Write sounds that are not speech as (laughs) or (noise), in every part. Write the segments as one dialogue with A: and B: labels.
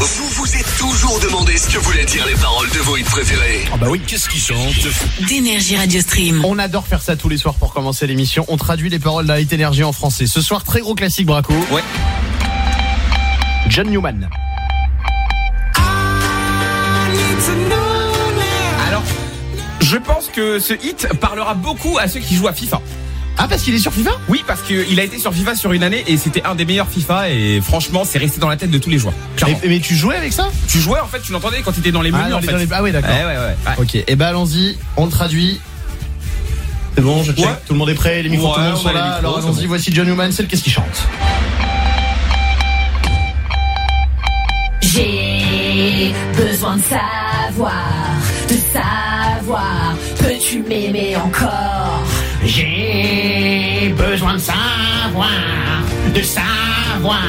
A: Vous vous êtes toujours demandé ce que voulaient dire les paroles de vos hits préférés.
B: Ah bah oui, qu'est-ce qu'ils chantent
C: d'énergie Radio Stream.
B: On adore faire ça tous les soirs pour commencer l'émission. On traduit les paroles de la Hit Energy en français. Ce soir, très gros classique Braco. Ouais. John Newman.
D: Alors, je pense que ce hit parlera beaucoup à ceux qui jouent à FIFA.
B: Ah, parce qu'il est sur FIFA
D: Oui, parce qu'il a été sur FIFA sur une année et c'était un des meilleurs FIFA et franchement, c'est resté dans la tête de tous les joueurs. Clairement.
B: mais, mais tu jouais avec ça
D: Tu jouais en fait, tu l'entendais quand t'étais dans les menus
B: dans
D: en
B: les-
D: fait. Eh
B: dans les- ah oui, d'accord.
D: Ouais, ouais, ouais. ouais.
B: Ok, et bah allons-y, on le traduit. C'est bon, je check.
D: Ouais.
B: Tout le monde est prêt, les micros,
D: Ouais,
B: tout le monde
D: on
B: sont
D: a les
B: là.
D: micros,
B: Alors
D: c'est
B: allons-y,
D: bon.
B: voici John Newman, c'est le qu'est-ce qu'il chante
E: J'ai besoin de savoir, de savoir, peux-tu m'aimer encore
B: J'ai besoin de savoir, de savoir,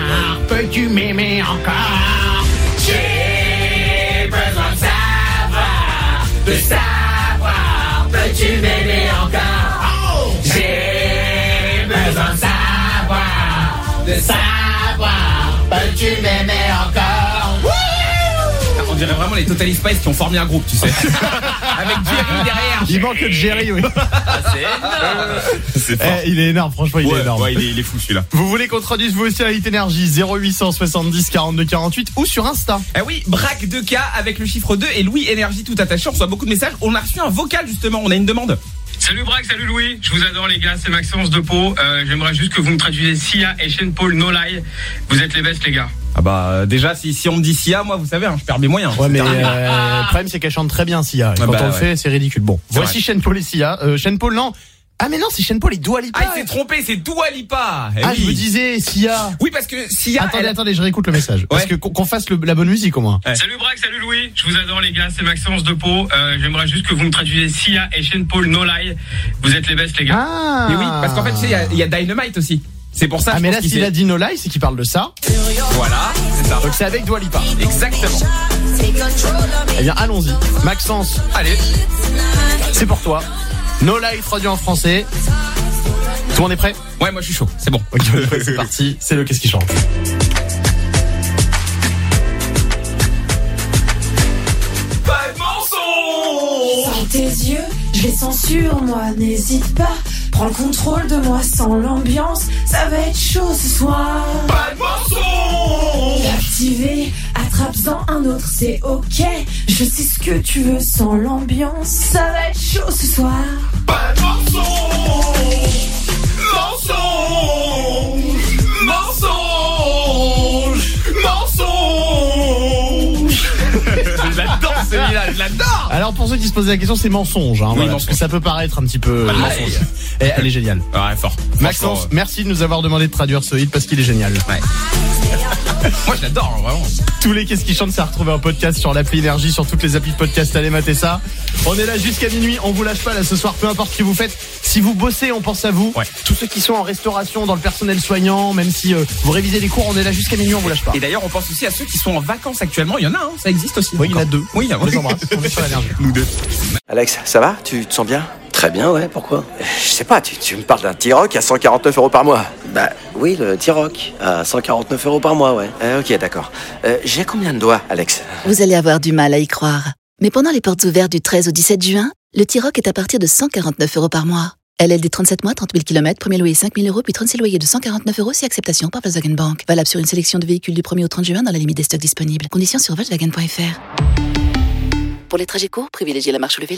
B: peux-tu m'aimer encore
E: J'ai besoin de savoir, de savoir, peux-tu m'aimer encore J'ai besoin de savoir, de savoir, peux-tu m'aimer encore
D: On dirait vraiment les Total Spice qui ont formé un groupe,
B: (laughs)
D: tu sais. Avec Jerry derrière.
B: Il manque que Jerry, oui. (laughs)
D: C'est énorme. C'est
B: Eh, il est énorme, franchement, il est énorme.
D: ouais, il est, il est fou celui-là.
B: Vous voulez qu'on traduise vous aussi à Hit Energy 0870 42 48 ou sur Insta
D: Eh oui, Braque 2K avec le chiffre 2 et Louis Énergie tout attaché. On reçoit beaucoup de messages. On a reçu un vocal justement, on a une demande.
F: Salut Braque, salut Louis, je vous adore les gars, c'est Maxence de Pau. Euh, J'aimerais juste que vous me traduisez Sia et Shane Paul No Lie. Vous êtes les bestes les gars.
D: Ah bah euh, déjà si, si on me dit Sia, moi vous savez, hein, je perds mes moyens.
B: Ouais mais euh, le problème c'est qu'elle chante très bien Sia. Et
D: Ah
B: quand
D: bah
B: on le
D: ouais.
B: fait c'est ridicule. Bon,
D: C'est
B: voici Shane Paul et Sia. Euh, Shane Paul non. Ah mais non c'est Shane Paul et Dua Lipa.
D: Ah, il s'est trompé, c'est Dua Lipa. Eh
B: Bah, Ah,
D: oui.
B: je vous disais Sia.
D: Oui, parce que Sia.
B: attendez
D: elle-
B: attendez je réécoute le message. Parce que qu'on qu'on fasse le- la bonne musique au moins.
D: Ouais.
F: Salut Braque, salut Louis, je vous adore les gars, c'est Maxence de Pau. Euh, J'aimerais juste que vous me traduisez Sia et Shane Paul No Lie. Vous êtes les bestes les gars.
B: Ah.
D: Mais oui, parce qu'en fait, tu sais, il y a- il y, a Dynamite aussi. C'est pour ça.
B: Ah
D: je
B: mais
D: pense
B: là
D: qu'il
B: s'il a
D: s'est-
B: dit No Lie c'est qu'il parle de ça.
D: Voilà, c'est ça.
B: Donc c'est avec Dua Lipa.
D: Exactement.
B: Eh bien allons-y. Maxence
D: Allez,
B: c'est pour toi. No Lie traduit en français. Tout le monde est
D: (laughs)
B: prêt
D: ouais, moi je suis chaud. C'est bon. (laughs)
B: Ok, c'est parti, c'est le qu'est-ce qui chante.
D: Pas de mensonge.
E: Dans tes yeux, je les sens sur moi, n'hésite pas, prends le contrôle de moi sans l'ambiance, ça va être chaud ce soir
D: Pas de mensonge.
E: Activé, attrape-en un autre, c'est ok. Je sais ce que tu veux sans l'ambiance. Ça va être chaud ce soir.
D: Pas de mensonge. Mensonge. Mensonge. Mensonge. (laughs) je l'adore celui-là, je l'adore.
B: Alors pour ceux qui se posaient la question, c'est mensonge, hein, voilà, parce
D: mensonge.
B: que ça peut paraître un petit peu
D: Pas de
B: Aïe.
D: mensonge.
B: (laughs) Eh, elle est géniale.
D: Ouais, fort.
B: Maxence,
D: Franchement,
B: merci de nous avoir demandé de traduire ce hit parce qu'il est génial.
D: euh, (laughs) moi je l'adore hein, vraiment.
B: Tous les qu'est-ce qui chante, ça retrouvé un podcast sur l'appli énergie, sur toutes les applis de podcast. Allez mater ça. On est là jusqu'à minuit. On vous lâche pas là ce soir, peu importe ce que vous faites. Si vous bossez, on pense à vous.
D: Ouais.
B: Tous ceux qui sont en restauration, dans le personnel soignant, même si euh, vous révisez les cours, on est là jusqu'à minuit. On vous lâche pas.
D: Et d'ailleurs, on pense aussi à ceux qui sont en vacances actuellement. Il y en a, hein, ça existe aussi.
B: Oui, il y en a
D: Encore.
B: deux.
D: Oui, il y en
B: On
D: a
B: les embrasse. On est sur l'énergie.
D: Nous deux.
G: (laughs) Alex, ça va Tu te sens bien
H: Très bien, ouais, pourquoi
G: Euh, Je sais pas, tu, tu me parles d'un T-Rock à 149 euros par mois.
H: Bah oui, le T-Rock, à 149 euros par mois, ouais.
G: Euh, ok, d'accord. Euh, J'ai combien de doigts, Alex
I: Vous allez avoir du mal à y croire. Mais pendant les portes ouvertes du 13 au 17 juin, le T-Rock est à partir de 149 euros par mois. LLD 37 mois, 30 000 km, premier loyer 5 000 euros, puis 36 loyers de 149 euros si acceptation par Volkswagen Bank. Valable sur une sélection de véhicules du 1er au 30 juin dans la limite des stocks disponibles. Conditions sur Volkswagen.fr. Pour les trajets courts, privilégiez la marche ou le vélo.